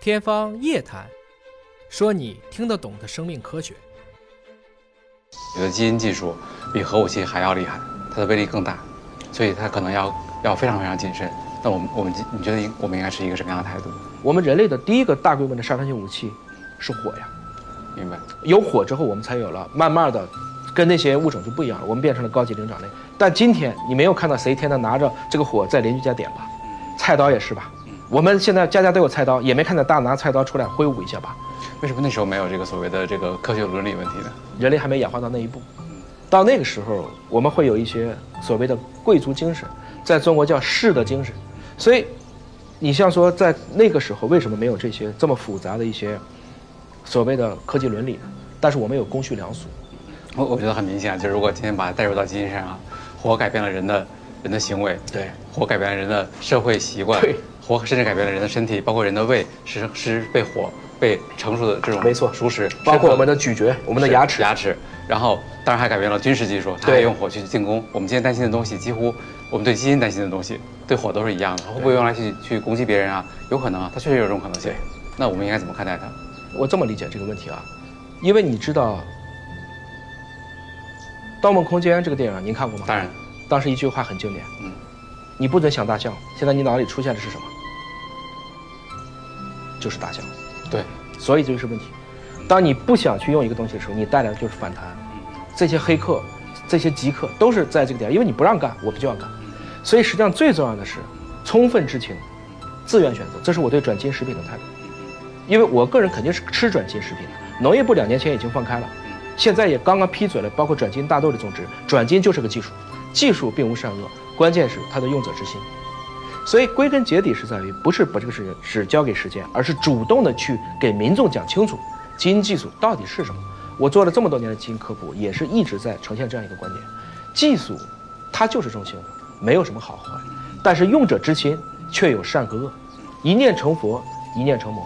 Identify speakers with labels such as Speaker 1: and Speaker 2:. Speaker 1: 天方夜谭，说你听得懂的生命科学。
Speaker 2: 有的基因技术比核武器还要厉害，它的威力更大，所以它可能要要非常非常谨慎。那我们我们你觉得应我们应该是一个什么样的态度？
Speaker 3: 我们人类的第一个大规模的杀伤性武器是火呀，
Speaker 2: 明白？
Speaker 3: 有火之后，我们才有了慢慢的跟那些物种就不一样了，我们变成了高级灵长类。但今天你没有看到谁天天拿着这个火在邻居家点吧？菜刀也是吧？我们现在家家都有菜刀，也没看到大拿菜刀出来挥舞一下吧？
Speaker 2: 为什么那时候没有这个所谓的这个科学伦理问题呢？
Speaker 3: 人类还没演化到那一步。到那个时候，我们会有一些所谓的贵族精神，在中国叫士的精神。所以，你像说在那个时候，为什么没有这些这么复杂的一些所谓的科技伦理呢？但是我们有公序良俗。
Speaker 2: 我我觉得很明显，就是如果今天把它带入到基因身上，火改变了人的人的行为，
Speaker 3: 对，
Speaker 2: 火改变了人的社会习惯，
Speaker 3: 对，
Speaker 2: 火甚至改变了人的身体，包括人的胃是是被火被成熟的这种
Speaker 3: 没错
Speaker 2: 熟食，
Speaker 3: 包括我们
Speaker 2: 的
Speaker 3: 的咀嚼、我们的牙齿，
Speaker 2: 牙齿，然后当然还改变了军事技术，它
Speaker 3: 对
Speaker 2: 还用火去进攻。我们今天担心的东西，几乎我们对基因担心的东西，对火都是一样的，会不会用来去去攻击别人啊？有可能啊，它确实有这种可能性
Speaker 3: 对。
Speaker 2: 那我们应该怎么看待它？
Speaker 3: 我这么理解这个问题啊，因为你知道《盗梦空间》这个电影您看过吗？
Speaker 2: 当然，
Speaker 3: 当时一句话很经典，
Speaker 2: 嗯，
Speaker 3: 你不准想大象，现在你脑里出现的是什么？就是大象，
Speaker 2: 对，
Speaker 3: 所以这就是问题。当你不想去用一个东西的时候，你带来的就是反弹。这些黑客、这些极客都是在这个点，因为你不让干，我们就要干。所以实际上最重要的是充分知情，自愿选择，这是我对转基因食品的态度。因为我个人肯定是吃转基因食品的。农业部两年前已经放开了，现在也刚刚批准了，包括转基因大豆的种植。转基因就是个技术，技术并无善恶，关键是它的用者之心。所以归根结底是在于，不是把这个事情只交给时间，而是主动的去给民众讲清楚基因技术到底是什么。我做了这么多年的基因科普，也是一直在呈现这样一个观点：技术它就是这种性质，没有什么好坏，但是用者之心却有善和恶，一念成佛，一念成魔。